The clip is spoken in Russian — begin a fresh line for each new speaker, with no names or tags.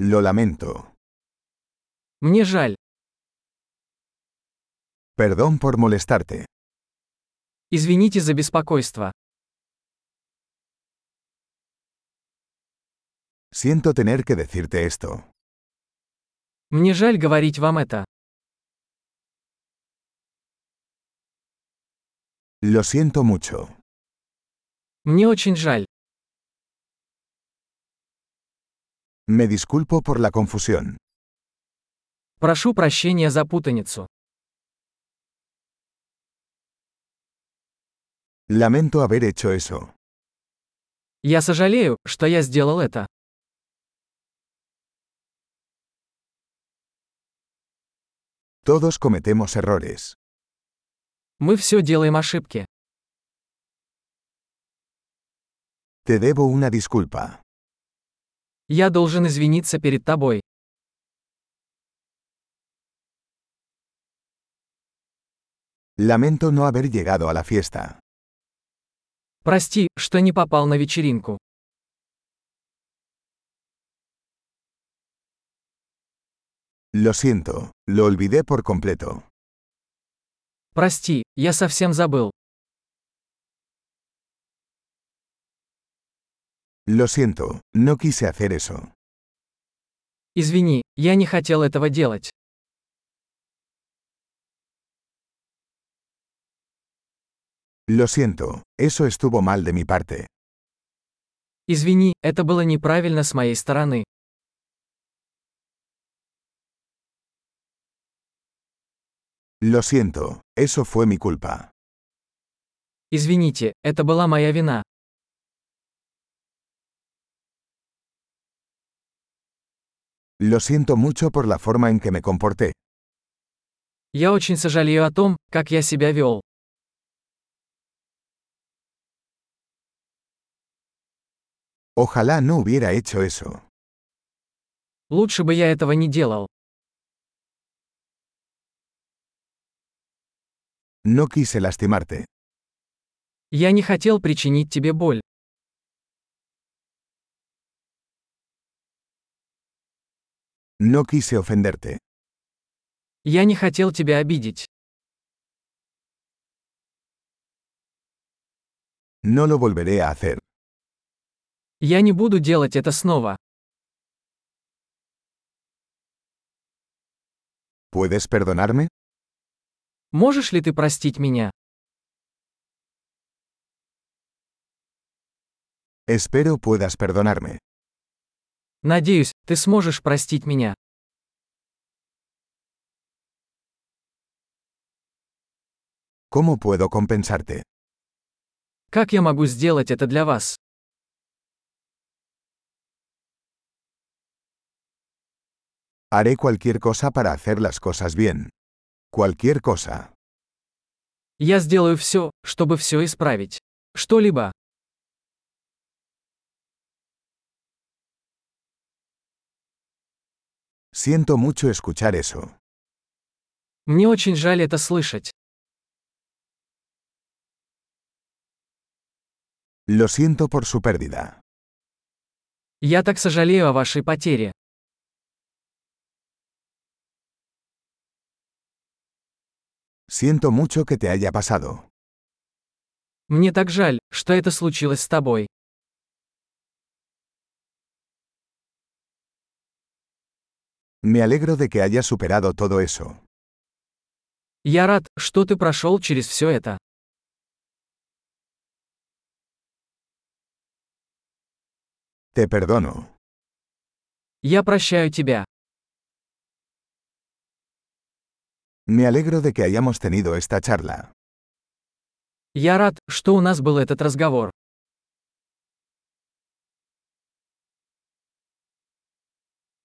Lo lamento.
Мне жаль.
Perdón por molestarte.
Извините за беспокойство.
Siento tener que decirte esto.
Мне жаль говорить вам это.
Lo siento mucho.
Мне очень жаль.
Me disculpo por la confusión.
Прошу прощения за путаницу.
Lamento haber hecho eso.
Я сожалею, что я сделал это.
Todos cometemos errores.
Мы все делаем ошибки.
Te debo una disculpa.
Я должен извиниться перед тобой.
Lamento no haber llegado a la fiesta.
Прости, что не попал на вечеринку.
Lo siento, lo olvidé por completo.
Прости, я совсем забыл.
Lo siento, no quise hacer eso.
Извини, я не хотел этого делать.
Lo siento, eso estuvo mal de mi parte.
Извини, это было неправильно с моей стороны.
Lo siento, eso fue mi culpa.
Извините, это была моя вина.
Lo siento mucho por la forma en que me comporté.
Я очень сожалею о том, как я себя вел.
Ojalá no hubiera hecho eso.
Лучше бы я этого не делал.
No quise lastimarte.
Я не хотел причинить тебе боль.
No quise ofenderte.
Я не хотел тебя обидеть.
No lo volveré a hacer.
Я не буду делать это снова.
¿Puedes perdonarme?
Можешь ли ты простить меня?
Espero puedas perdonarme.
Надеюсь, ты сможешь простить меня.
¿Cómo puedo compensarte?
Как я могу сделать это для вас?
Haré cualquier cosa para hacer las cosas bien. Cualquier cosa.
Я сделаю все, чтобы все исправить. Что-либо.
Siento mucho escuchar eso.
Мне очень жаль это слышать.
Lo siento por su pérdida.
Я так сожалею о вашей потере.
Siento mucho que te haya pasado.
Мне так жаль, что это случилось с тобой.
Me alegro de que hayas superado todo eso.
Я рад, что ты прошел через все это.
Te perdono.
Я прощаю тебя.
Me alegro de que hayamos tenido esta charla.
Я рад, что у нас был этот разговор.